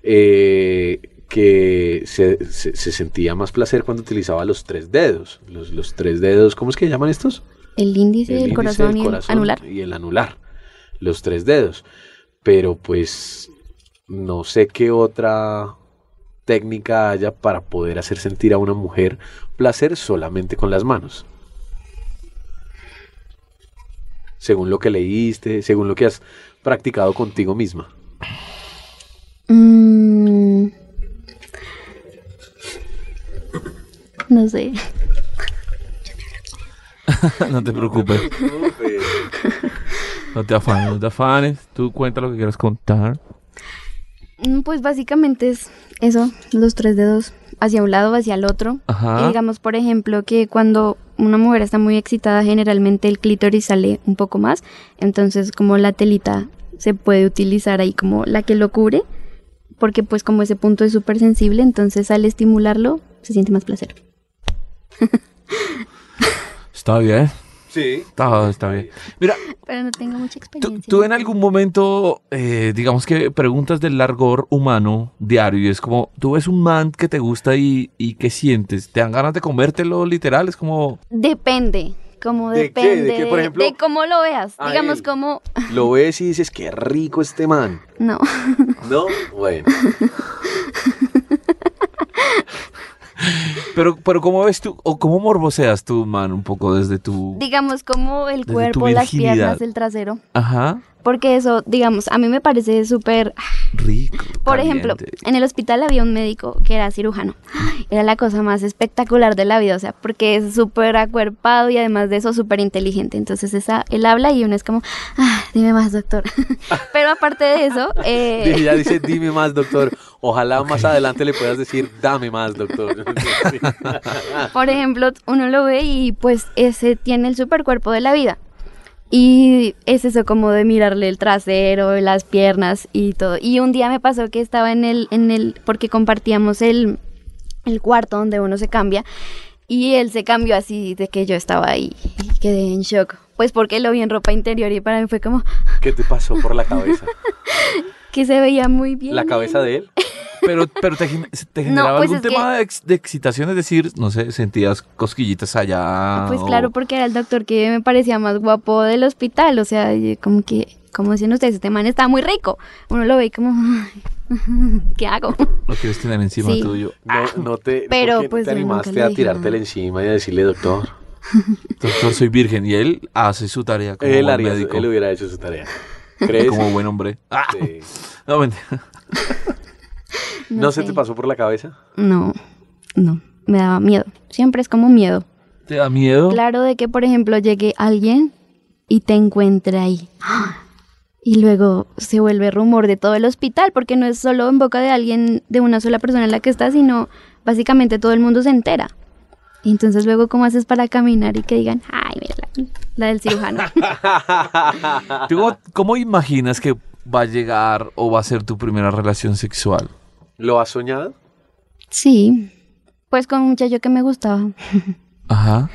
eh, que se, se- se sentía más placer cuando utilizaba los tres dedos. Los, los tres dedos, ¿cómo es que llaman estos?
El índice
el
del
índice,
corazón
el
y el anular.
y el anular, los tres dedos. Pero pues no sé qué otra técnica haya para poder hacer sentir a una mujer placer solamente con las manos. Según lo que leíste, según lo que has practicado contigo misma.
Mm. No sé.
no te preocupes. No te afanes, no te afanes. Tú cuenta lo que quieras contar.
Mm, Pues básicamente es eso, los tres dedos hacia un lado, hacia el otro.
Ajá.
Y digamos, por ejemplo, que cuando una mujer está muy excitada, generalmente el clítoris sale un poco más. Entonces, como la telita se puede utilizar ahí como la que lo cubre, porque pues como ese punto es súper sensible, entonces al estimularlo se siente más placer.
Está bien.
Sí.
Está, está bien. Mira,
Pero no tengo mucha
tú,
experiencia.
tú en algún momento, eh, digamos que preguntas del largor humano diario y es como, tú ves un man que te gusta y, y ¿qué sientes? ¿Te dan ganas de comértelo literal? Es como...
Depende, como
¿De qué? ¿De
depende
qué, por ejemplo?
de cómo lo veas.
Ah,
A
digamos,
él.
como...
Lo ves y dices, qué rico este man.
No.
No, bueno.
Pero, pero ¿cómo ves tú o cómo morboseas tú, man, un poco desde tu...
digamos, como el
Desde tu
cuerpo, las
virginidad.
piernas, el trasero.
Ajá.
Porque eso, digamos, a mí me parece súper... ah,
Rico.
Por
caliente.
ejemplo, en el hospital había un médico que era cirujano. Era la cosa más espectacular de la vida, o sea, porque es súper acuerpado y además de eso súper inteligente. Entonces esa, él habla y uno es como, ah, dime más, doctor. Pero aparte de eso, eh,
Ella dice, dime más, doctor. Ojalá más adelante le puedas decir, dame más, doctor. Sí.
Por ejemplo, uno lo ve y pues ese tiene el super cuerpo de la vida. Y es eso como de mirarle el trasero, las piernas y todo. Y un día me pasó que estaba en el, en el, porque compartíamos el, el cuarto donde uno se cambia. Y él se cambió así de que yo estaba ahí y quedé en shock. Pues porque lo vi en ropa interior y para mí fue como "Ah,
¿Qué te pasó por la cabeza?
que se veía muy bien.
¿La cabeza de él?
Pero, pero te, gen- te generaba
pues
algún
es
tema de, ex- de excitación, es decir, no sé, sentías cosquillitas
Ah,
allá.
oh.
Pues
o-
claro, porque era el doctor que me parecía más guapo del hospital. O sea, yo como que, como dicen ustedes, este man está muy rico. Uno lo ve y como, "Ay, ¿qué hago?
Lo quieres tener encima
Sí.
tuyo.
No, no te,
Pero,
¿por qué
pues,
te
yo nunca
animaste
le
a
dije
tirártela
nada.
encima y a decirle, doctor.
Doctor, soy virgen y él hace su tarea como
Él,
buen
haría,
médico.
él hubiera hecho su tarea. ¿Crees?
Como buen hombre. Ah,
Sí.
no, mentira.
¿No, se
sé.
te pasó por la cabeza?
No, no, me daba miedo. Siempre es como miedo.
¿Te da miedo?
Claro de que, por ejemplo, llegue alguien y te encuentre ahí. Y luego se vuelve rumor de todo el hospital, porque no es solo en boca de alguien, de una sola persona en la que está, sino básicamente todo el mundo se entera. Y entonces luego, ¿cómo haces para caminar y que digan, ay, mira, la, la del cirujano?
¿Tú cómo, cómo imaginas que va a llegar o va a ser tu primera relación sexual?
¿Lo has soñado?
sí, pues con un muchacho que me gustaba.
Ajá.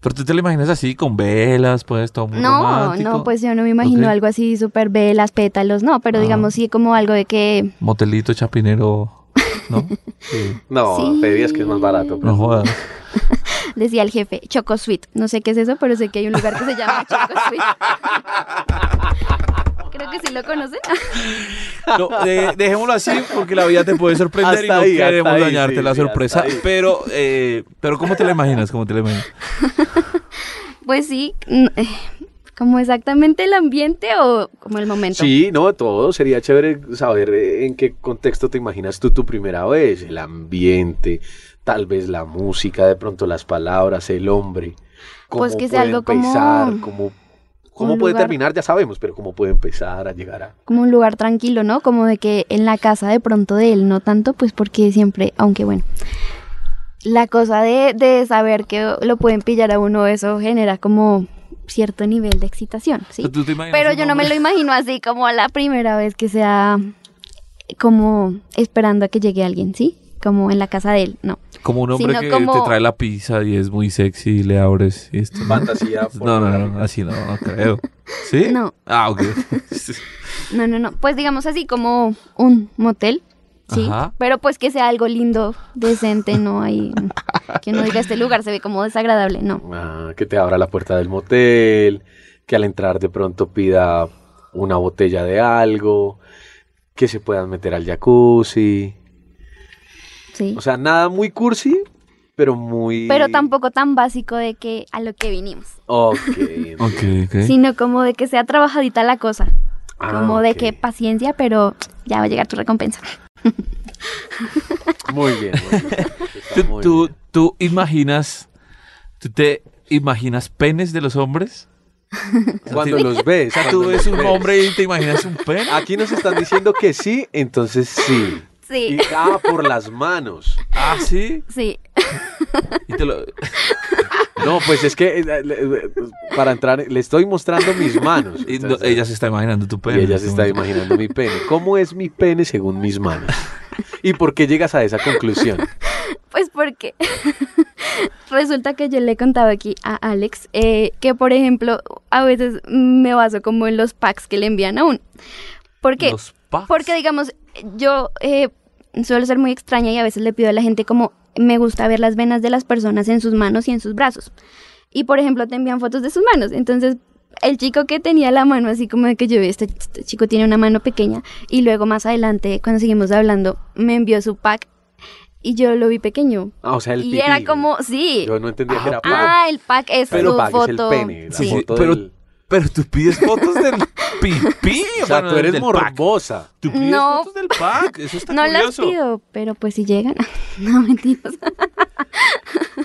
Pero tú te lo imaginas así, con velas, pues todo muy
No,
romántico?
no, pues yo no me imagino
Ok.
algo así súper velas, pétalos, no, pero
Ah.
digamos sí como algo de que
Motelito chapinero, ¿no? Sí.
No,
Sí.
pedías que es más barato.
No jodas.
decía el jefe, Choco Sweet. No sé qué es eso, pero sé que hay un lugar que se llama Choco Sweet. Creo que sí lo conocen.
No, de- dejémoslo así porque la vida te puede sorprender y
Hasta
no
ahí, hasta
queremos
ahí,
dañarte
sí,
la
sí,
sorpresa.
hasta ahí.
pero, eh, pero ¿cómo te la imaginas? ¿Cómo te la imaginas?
pues sí, mm, eh, como exactamente el ambiente o como el momento.
Sí, no, todo. Sería chévere saber eh, en qué contexto te imaginas tú tu primera vez. El ambiente, tal vez la música, de pronto las palabras, el hombre. Cómo
Pues que sea
puede
algo como-
empezar, cómo, cómo
un
puede
lugar-
terminar, ya sabemos, pero cómo puede empezar a llegar a...
Como un lugar tranquilo, ¿no? Como de que en la casa de pronto de él, no tanto, pues porque siempre, aunque bueno. La cosa de, de saber que lo pueden pillar a uno, eso genera como cierto nivel de excitación, ¿sí?
¿Tú te imaginas
Pero
un
yo no me
hombre-
lo imagino así como a la primera vez que sea como esperando a que llegue alguien, ¿sí? Como en la casa de él, no.
Como un hombre
sino
que te
como-
trae la pizza y es muy sexy y le abres y esto.
Fantasía.
No, no, no, así no, no creo. ¿Sí?
No.
Ah, ok.
No, no, no. Pues digamos así como un motel, ¿sí?
Ajá.
Pero pues que sea algo lindo, decente, no hay... Que uno diga este lugar se ve como desagradable, no.
Ah, que te abra la puerta del motel, que al entrar de pronto pida una botella de algo, que se puedan meter al jacuzzi.
Sí.
O sea, nada muy cursi, pero muy...
Pero tampoco tan básico de que a lo que vinimos.
Ok.
Ok, ok.
Sino como de que sea trabajadita la cosa.
Ah,
como de
ok.
que paciencia, pero ya va a llegar tu recompensa.
Muy bien, muy bien. Está
¿Tú,
muy
tú,
bien.
tú imaginas, tú te imaginas penes de los hombres?
Cuando
Sí.
los ves,
O sea, tú
cuando
ves
los Ah,
un hombre y te imaginas un pene.
Aquí nos están diciendo que sí, entonces sí.
Sí,
Y, ah, por las manos.
Ah, sí.
sí.
Y te lo-
No, pues es que eh, le- le- para entrar, le estoy mostrando mis manos.
y no-
Entonces,
ella se está imaginando tu pene.
y ella se está imaginando mi pene. ¿Cómo es mi pene según mis manos? ¿Y por qué llegas a esa conclusión?
Pues porque resulta que yo le he contado aquí a Alex eh, que, por ejemplo, a veces me baso como en los packs que le envían a uno. ¿Por qué?
Los packs.
Porque, digamos, yo eh, suelo ser muy extraña y a veces le pido a la gente como me gusta ver las venas de las personas en sus manos y en sus brazos. Y, por ejemplo, te envían fotos de sus manos. Entonces, el chico que tenía la mano así como de que yo vi, este, este chico tiene una mano pequeña. Y luego, más adelante, cuando seguimos hablando, me envió su pack y yo lo vi pequeño.
Ah, o sea, el
y
pipí.
era como, sí.
Yo no entendía que era
Ah, el pack es
Pero
su
pack es el
foto.
pene, la
Sí,
Sí.
foto
pero,
del-
pero tú pides fotos del pipí.
O sea,
bueno,
tú
del-
eres
del pack.
morbosa.
Tú pides
No.
fotos del pack. Eso está
No las
curioso.
pido, pero pues si llegan. No, mentiras.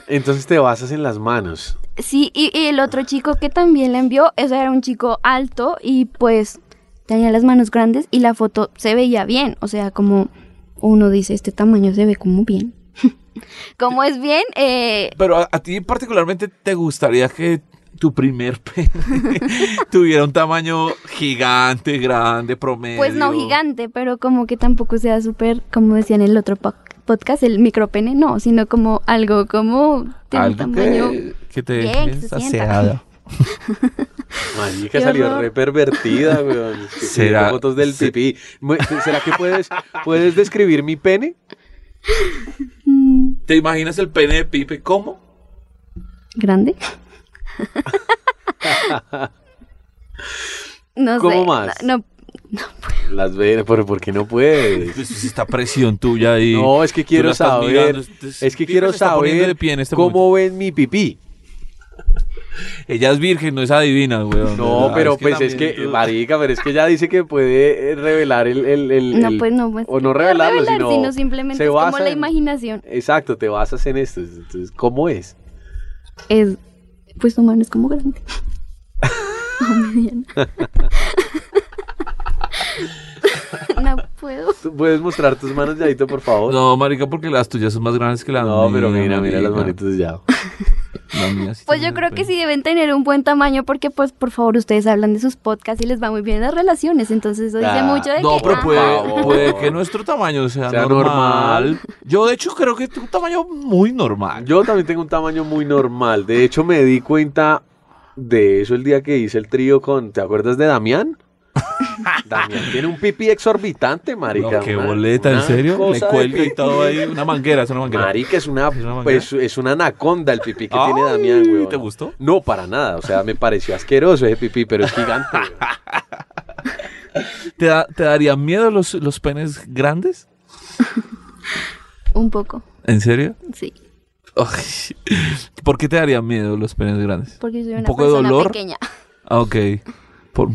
Entonces te basas en las manos.
Sí, y, y el otro chico que también le envió, ese era un chico alto y pues tenía las manos grandes y la foto se veía bien. O sea, como uno dice, este tamaño se ve como bien. como es bien, eh,
Pero a, a ti particularmente te gustaría que tu primer pene tuviera un tamaño gigante, grande, promedio.
pues no gigante, pero como que tampoco sea súper, como decía en el otro po- podcast, el micropene, no, sino como algo como de un
Algo
tamaño.
que, que te
bien, que
dejes
se sienta.
aseada.
Marica
Qué
salió
horror.
re pervertida, weón. Es que tiene
Será-
fotos del
se-
pipí. Mu- ¿Será que puedes, puedes describir mi pene?
¿Te imaginas el pene de Pipe? ¿Cómo?
¿Grande? no
¿Cómo
sé,
más?
No, no,
Las ve, pero ¿por qué no puedes?
Pues esta presión tuya ahí.
No, es que
Tú
quiero
la estás
saber.
mirando, entonces,
es que
Pipe
quiero
se está poniendo
saber
de pie en este
cómo ven mi pipí.
momento. Ella es virgen, no es adivina, weón.
No, pero pues es que,
también tú-
marica, pero es que ella dice que puede eh, revelar el... el- el-
no,
el-
pues no. Pues,
o no revelarlo,
revelar,
sino...
simplemente
se
es como
basa
la
en-
imaginación.
Exacto, te basas en esto. Entonces, ¿cómo es?
Es, pues humano es como grande. O mediana. no puedo.
¿Tú ¿Puedes mostrar tus manos, Yadito, por favor?
No, marica, porque las tuyas son más grandes que las
No,
mías.
pero mira, mira las
marica.
manitos ya.
Las mías sí
Pues
tienen
yo
el
creo que
pene.
sí deben tener un buen tamaño porque, pues, por favor, ustedes hablan de sus podcasts y les va muy bien las relaciones. Entonces eso dice
Ah,
mucho de
No,
que...
pero
ah,
puede,
favor.
puede que nuestro tamaño sea,
Sea
normal.
normal.
Yo, de hecho, creo que tengo un tamaño muy normal.
Yo también tengo un tamaño muy normal. De hecho, me di cuenta de eso el día que hice el trío con. ¿Te acuerdas de Damián? Damián tiene un pipí exorbitante, marica.
No, qué
Una-
boleta, ¿en
una
serio? Le
cosa de
cuelga y
pipí.
todo ahí. Una manguera, es una manguera.
Marica, es una,
una manguera?
pues, es una anaconda el pipí que tiene
Ay,
Damián, güey.
¿te gustó?
No, para nada. O sea, me pareció asqueroso ese pipí, pero es gigante. weón.
¿Te, da- te darían miedo los, los penes grandes?
Un poco,
¿En serio?
sí.
Ay, ¿Por qué te darían miedo los penes grandes?
Porque soy
¿Un
una
poco de
persona
dolor?
pequeña.
Ah, ok. Por-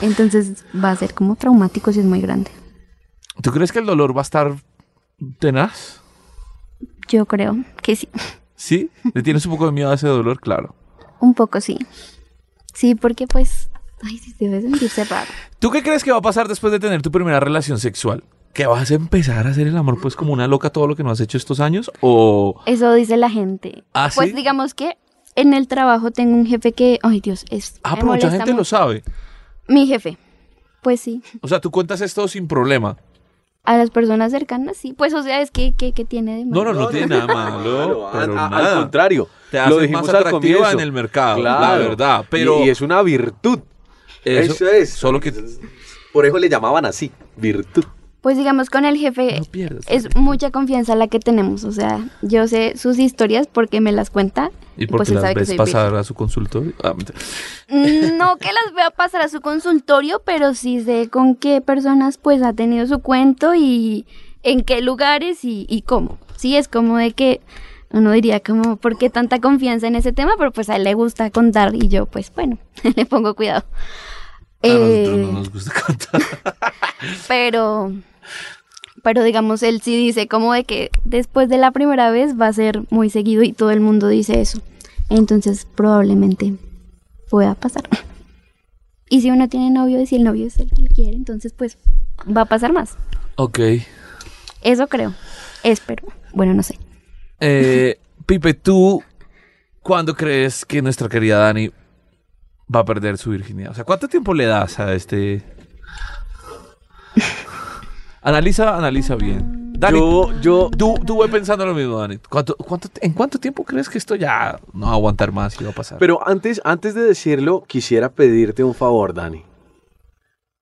Entonces va a ser como traumático si es muy grande.
¿Tú crees que el dolor va a estar tenaz?
Yo creo que sí.
¿Sí? ¿Le tienes un poco de miedo a ese dolor? Claro.
Un poco sí. Sí, porque pues... Ay, sí, debe sentirse raro.
¿Tú qué crees que va a pasar después de tener tu primera relación sexual? ¿Que vas a empezar a hacer el amor pues como una loca todo lo que no has hecho estos años? ¿O
Eso dice la gente.
¿Ah,
pues
sí?
digamos que en el trabajo tengo un jefe que... Ay, Dios, es...
Ah,
me
pero mucha
molesta
gente lo
mucho.
sabe.
Mi jefe. Pues sí.
O sea, tú cuentas esto sin problema.
A las personas cercanas, sí. Pues, o sea, es que, que, que tiene de
No, no,
malo?
no, tiene nada
Claro,
malo. pero
a- a-
nada.
Al contrario.
Te hace
lo
más
dijimos al
atractiva
comienzo.
en el mercado, la verdad, pero-
Y, y es una virtud.
Eso,
Eso, es.
Solo que
Por eso le llamaban así, virtud.
Pues digamos, con el jefe
No pierdas la
es mucha confianza la que tenemos. O sea, yo sé sus historias porque me las cuenta.
y
pues
porque
él
las
sabe que
ves
soy
pasar a su consultorio. Ah, mentira.
virgen. Mm, No que las vea pasar a su consultorio, pero sí sé con qué personas pues ha tenido su cuento y en qué lugares y, y cómo. Sí, es como de que uno diría como, ¿por qué tanta confianza en ese tema? Pero pues a él le gusta contar y yo pues bueno, le pongo cuidado.
a nosotros
Eh,
no nos gusta cantar.
Pero, pero digamos, él sí dice como de que después de la primera vez va a ser muy seguido y todo el mundo dice eso. Entonces probablemente pueda pasar. Y si uno tiene novio y si el novio es el que le quiere, entonces pues va a pasar más.
Ok.
Eso creo. Espero. Bueno, no sé.
Eh, Pipe, ¿tú cuándo crees que nuestra querida Dani va a perder su virginidad? O sea, ¿cuánto tiempo le das a este...? Analiza, analiza bien. Dani,
Yo, yo,
tú, tú ve pensando lo mismo, Dani. ¿Cuánto, cuánto, ¿En cuánto tiempo crees que esto ya no va a aguantar más y va a pasar?
Pero antes, antes de decirlo, quisiera pedirte un favor, Dani.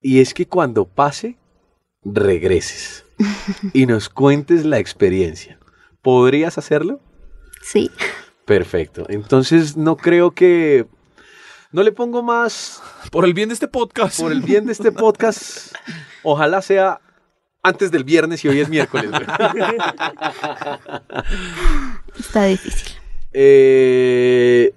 Y es que cuando pase, regreses y nos cuentes la experiencia. ¿Podrías hacerlo?
Sí.
Perfecto. Entonces no creo que... No le pongo más
por el bien de este podcast.
por el bien de este podcast. Ojalá sea antes del viernes y hoy es miércoles. güey.
Está difícil.
Eh,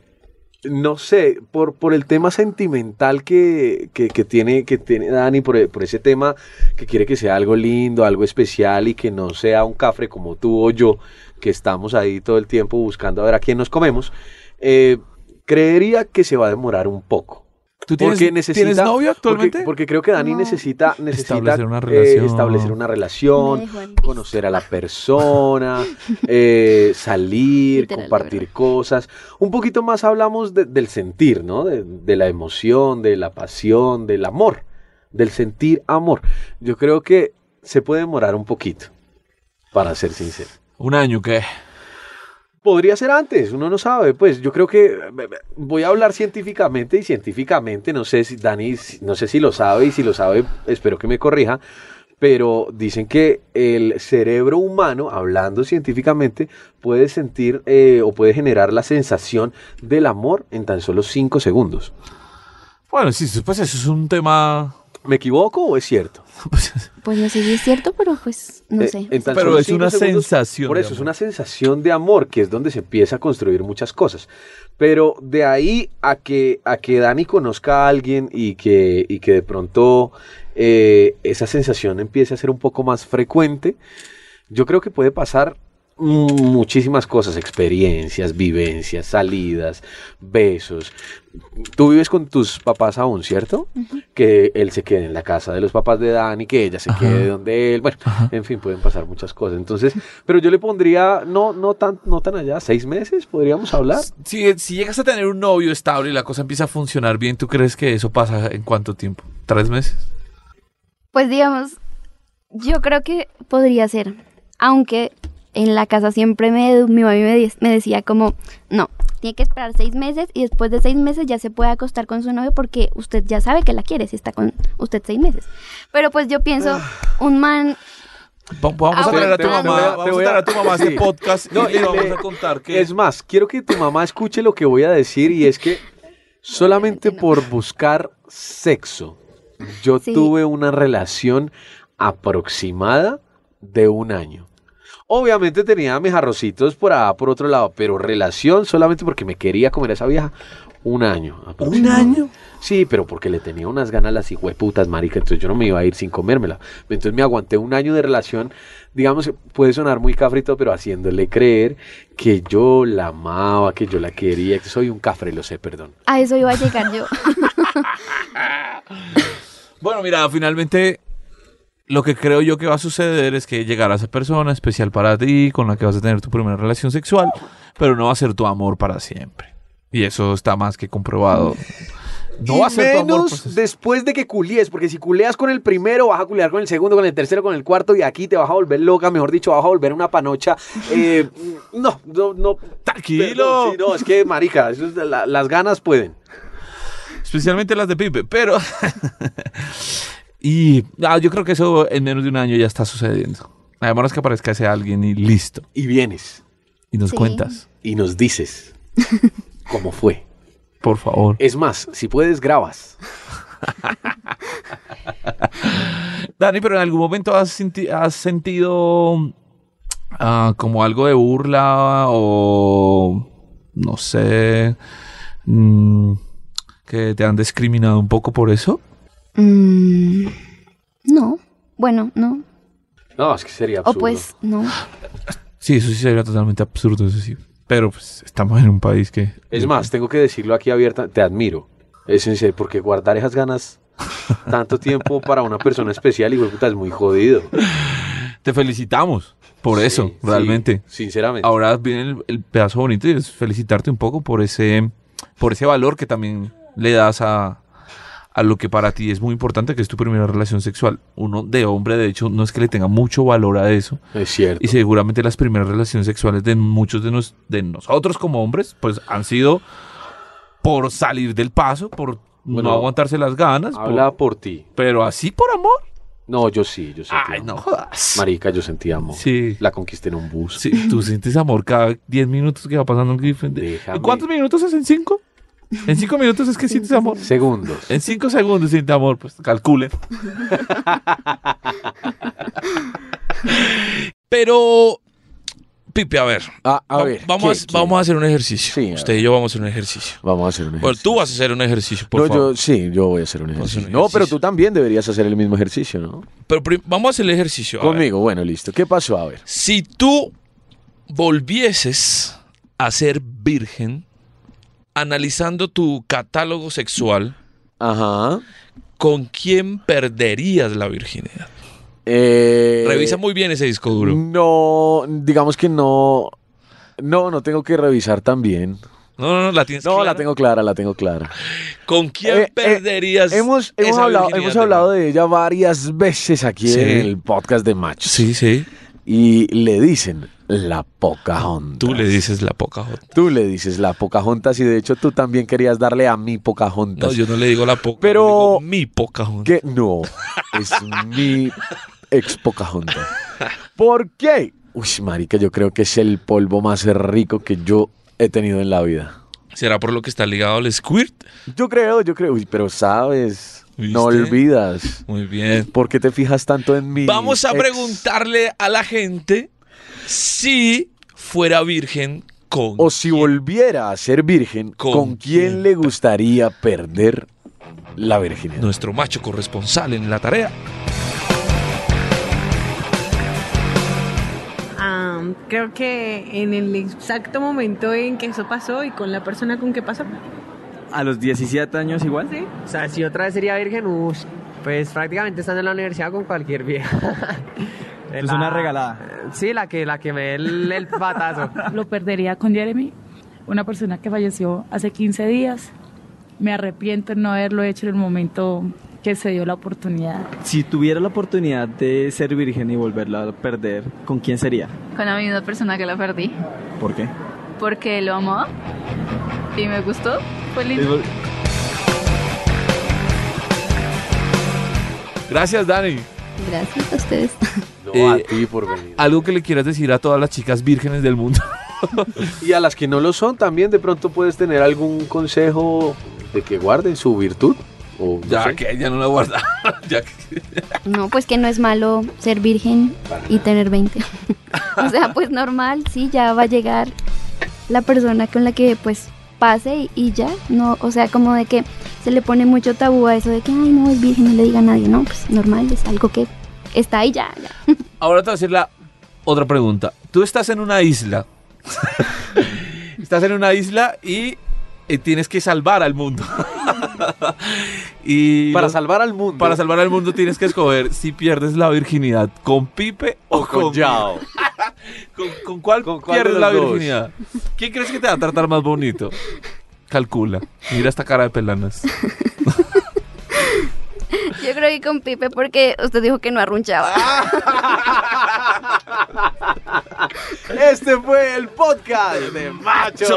no sé, por, por el tema sentimental que, que- que tiene, que tiene Dani, por, por ese tema que quiere que sea algo lindo, algo especial y que no sea un cafre como tú o yo, que estamos ahí todo el tiempo buscando a ver a quién nos comemos, eh, creería que se va a demorar un poco.
¿Tú tienes,
Porque necesita-
¿tienes novio
porque-
actualmente?
Porque, creo que Dani
No.
necesita, necesita
Establecer una
eh,
relación.
establecer una
Me
relación
dejó en visto.
conocer a la persona, eh, salir,
Literal, la
compartir cosas. Un poquito más hablamos de- del sentir, ¿no? De, de la emoción, de la pasión, del amor, del sentir amor. Yo creo que se puede demorar un poquito, para ser sincero.
Un año, ¿qué?
Podría ser antes, uno no sabe. Pues yo creo que voy a hablar científicamente y científicamente, no sé si Dani, no sé si lo sabe y si lo sabe, espero que me corrija, pero dicen que el cerebro humano, hablando científicamente, puede sentir eh, o puede generar la sensación del amor en tan solo 5 segundos.
Bueno, sí, pues eso es un tema...
¿Me equivoco o es cierto?
Pues no sé si es cierto, pero pues no
Eh,
sé.
en tan
Pero
solo
es
cinco
una
segundos,
sensación
Por
de
eso, es
amor.
una sensación de amor, que es donde se empieza a construir muchas cosas. Pero de ahí a que, a que Dani conozca a alguien y que, y que de pronto eh, esa sensación empiece a ser un poco más frecuente, yo creo que puede pasar mm, muchísimas cosas, experiencias, vivencias, salidas, besos. Tú vives con tus papás aún, ¿cierto? Que él se quede en la casa de los papás de Dani, que ella se quede donde él. Bueno, en fin, pueden pasar muchas cosas. Entonces, pero yo le pondría, no, no tan, no tan allá, seis meses podríamos hablar.
Si, si llegas a tener un novio estable y la cosa empieza a funcionar bien, ¿tú crees que eso pasa en cuánto tiempo? ¿Tres meses?
Pues digamos, yo creo que podría ser. Aunque en la casa siempre me, mi mami me, de- me decía como, no, tiene que esperar seis meses y después de seis meses ya se puede acostar con su novio porque usted ya sabe que la quiere si está con usted seis meses. Pero pues yo pienso, un man,
Va- Vamos
Ah,
a traer a tu
bueno,
mamá,
te
vamos
te voy a-
a
voy a-
traer a tu mamá a
sí.
este podcast
No,
y
y
le vamos
le-
a contar que
Es más, quiero que tu mamá escuche lo que voy a decir y es que solamente
no.
por buscar sexo, yo
Sí.
tuve una relación aproximada de un año. Obviamente tenía mis arrocitos por allá, por otro lado, pero relación solamente porque me quería comer a esa vieja. Un año. aproximadamente. Sí, pero porque le tenía unas ganas a las hijueputas, marica, entonces yo no me iba a ir sin comérmela. Entonces me aguanté un año de relación, digamos, puede sonar muy cafrito, pero haciéndole creer que yo la amaba, que yo la quería, que soy un cafre, lo sé, perdón.
a eso iba a llegar yo.
Bueno, mira, finalmente lo que creo yo que va a suceder es que llegará esa persona especial para ti, con la que vas a tener tu primera relación sexual, pero no va a ser tu amor para siempre. Y eso está más que comprobado. No
Y
va a ser tu amor. pues,
menos
para siempre.
después de que culies, porque si culeas con el primero, vas a culear con el segundo, con el tercero, con el cuarto, y aquí te vas a volver loca, mejor dicho, vas a volver una panocha. Eh, no, no, no.
Tranquilo.
Perdón, sí, no, es que, marica, eso es de la- las ganas pueden.
Especialmente las de Pipe, pero... y ah, yo creo que eso en menos de un año ya está sucediendo. Además que aparezca ese alguien y listo.
Y vienes
Y nos
Sí.
cuentas,
y nos dices cómo fue.
por favor.
Es más, si puedes, grabas.
Dani, pero en algún momento has, senti- has sentido ah, como algo de burla o no sé mm, que te han discriminado un poco por eso.
Mm, no, bueno, no.
No, es que sería
O
absurdo.
pues, no.
Sí, eso sí sería totalmente absurdo, eso sí. Pero pues estamos en un país que
Es más, tengo que decirlo aquí abierta, te admiro. Es en serio, porque guardar esas ganas tanto tiempo para una persona especial, y puta, es muy jodido.
te felicitamos por
Sí,
eso,
sí,
realmente.
sinceramente.
Ahora viene el, el pedazo bonito y es felicitarte un poco por ese, por ese valor que también le das a, a lo que para ti es muy importante, que es tu primera relación sexual. Uno de hombre, de hecho, no es que le tenga mucho valor a eso.
es cierto.
Y seguramente las primeras relaciones sexuales de muchos de, nos- de nosotros como hombres, pues han sido por salir del paso, por
Bueno,
no aguantarse las ganas, por-
Habla por ti.
pero así por amor.
No, yo sí, yo sentí
Ay,
amor.
no jodas.
Marica, yo sentí amor.
Sí.
La conquisté en un bus.
Sí, tú sientes amor cada 10 minutos que va pasando. algo diferente.
Déjame.
¿En cuántos minutos es? ¿En 5? ¿En 5 minutos es que sientes amor?
Segundos.
Eh,
En 5 segundos sientes amor, pues calculen. Pero, Pipe, a ver.
Ah, a
va-
ver.
Vamos,
¿qué?
a, vamos a hacer un ejercicio.
Sí, a
Usted y yo vamos a hacer un ejercicio.
Vamos a hacer un
Bueno, tú vas a hacer un ejercicio, por
no,
favor.
yo sí, yo voy a hacer un
a hacer
ejercicio.
un
No, pero
ejercicio.
tú también deberías hacer el mismo ejercicio, ¿no?
Pero prim- vamos a hacer el ejercicio. a ver.
Conmigo, bueno, listo. ¿Qué pasó? A ver.
Si tú volvieses a ser virgen, analizando tu catálogo sexual,
Ajá.
¿con quién perderías la virginidad?
Eh, mm,
Revisa muy bien ese disco duro.
No, digamos que no. No, no tengo que revisar tan bien.
No, no, no, la tienes
No,
clara?
la tengo clara, la tengo clara.
¿Con quién
Eh, eh,
perderías
Hemos, hemos
esa
hablado,
virginidad
hemos
de
hablado
nuevo?
de ella varias veces aquí
Sí.
en el podcast de Match.
Sí, sí.
Y le dicen la Pocahontas.
Tú le dices la Pocahontas.
Tú le dices la Pocahontas y de hecho tú también querías darle a mi Pocahontas.
No, yo no le digo la Pocahontas.
Pero-
yo digo mi Pocahontas.
Que no, es mi ex Pocahontas. ¿Por qué? Uy, marica, yo creo que es el polvo más rico que yo he tenido en la vida.
¿Será por lo que está ligado al squirt?
Yo creo, yo creo. Uy, pero sabes, no
¿Viste?
olvidas.
Muy
Eh,
bien.
¿Por qué te fijas tanto en mí? Eh,
Vamos a preguntarle a la gente si fuera virgen con...
O si volviera a ser virgen, ¿con,
¿Con
quién,
quién?
le gustaría perder la virginidad?
nuestro macho corresponsal en la tarea.
Ah, creo que en el exacto momento en que eso pasó y con la persona con que pasó.
¿A los 17 años igual?
Sí.
O sea, si otra vez sería virgen, uff, pues prácticamente estando en la universidad con cualquier vieja.
Es una regalada.
Sí, la que, la que me dé el, el patazo.
lo perdería con Jeremy, una persona que falleció hace 15 días. Me arrepiento de no haberlo hecho en el momento que se dio la oportunidad.
Si tuviera la oportunidad de ser virgen y volverla a perder, ¿con quién sería?
con la misma persona que la perdí.
¿Por qué?
Porque lo amó y me gustó. Fue lindo.
Gracias, Dani.
Gracias a ustedes.
No a
Eh,
ti por venir.
Algo que le quieras decir a todas las chicas vírgenes del mundo.
Y a las que no lo son también, de pronto puedes tener algún consejo de que guarden su virtud. O no
Ya
sé.
que ya no la guarda. Ya que-
No, pues que no es malo ser virgen y tener 20. o sea, pues normal, sí, ya va a llegar la persona con la que pues pase y, y ya, no, o sea, como de que se le pone mucho tabú a eso de que, ay, no, es virgen, no le diga a nadie, no, pues normal, es algo que está ahí ya, ya.
Ahora te voy a hacer la otra pregunta. Tú estás en una isla. estás en una isla y eh, tienes que salvar al mundo. y
Para
los-
salvar al mundo.
para salvar al mundo tienes que escoger si pierdes la virginidad con Pipe o,
o con Yao.
¿Con, con cuál,
¿Con cuál de
pierdes
los
la
dos?
virginidad? ¿Quién crees que te va a tratar más bonito? Calcula. Mira esta cara de pelanas.
Yo creo que con Pipe porque usted dijo que no arrunchaba.
Este fue el podcast de Machos.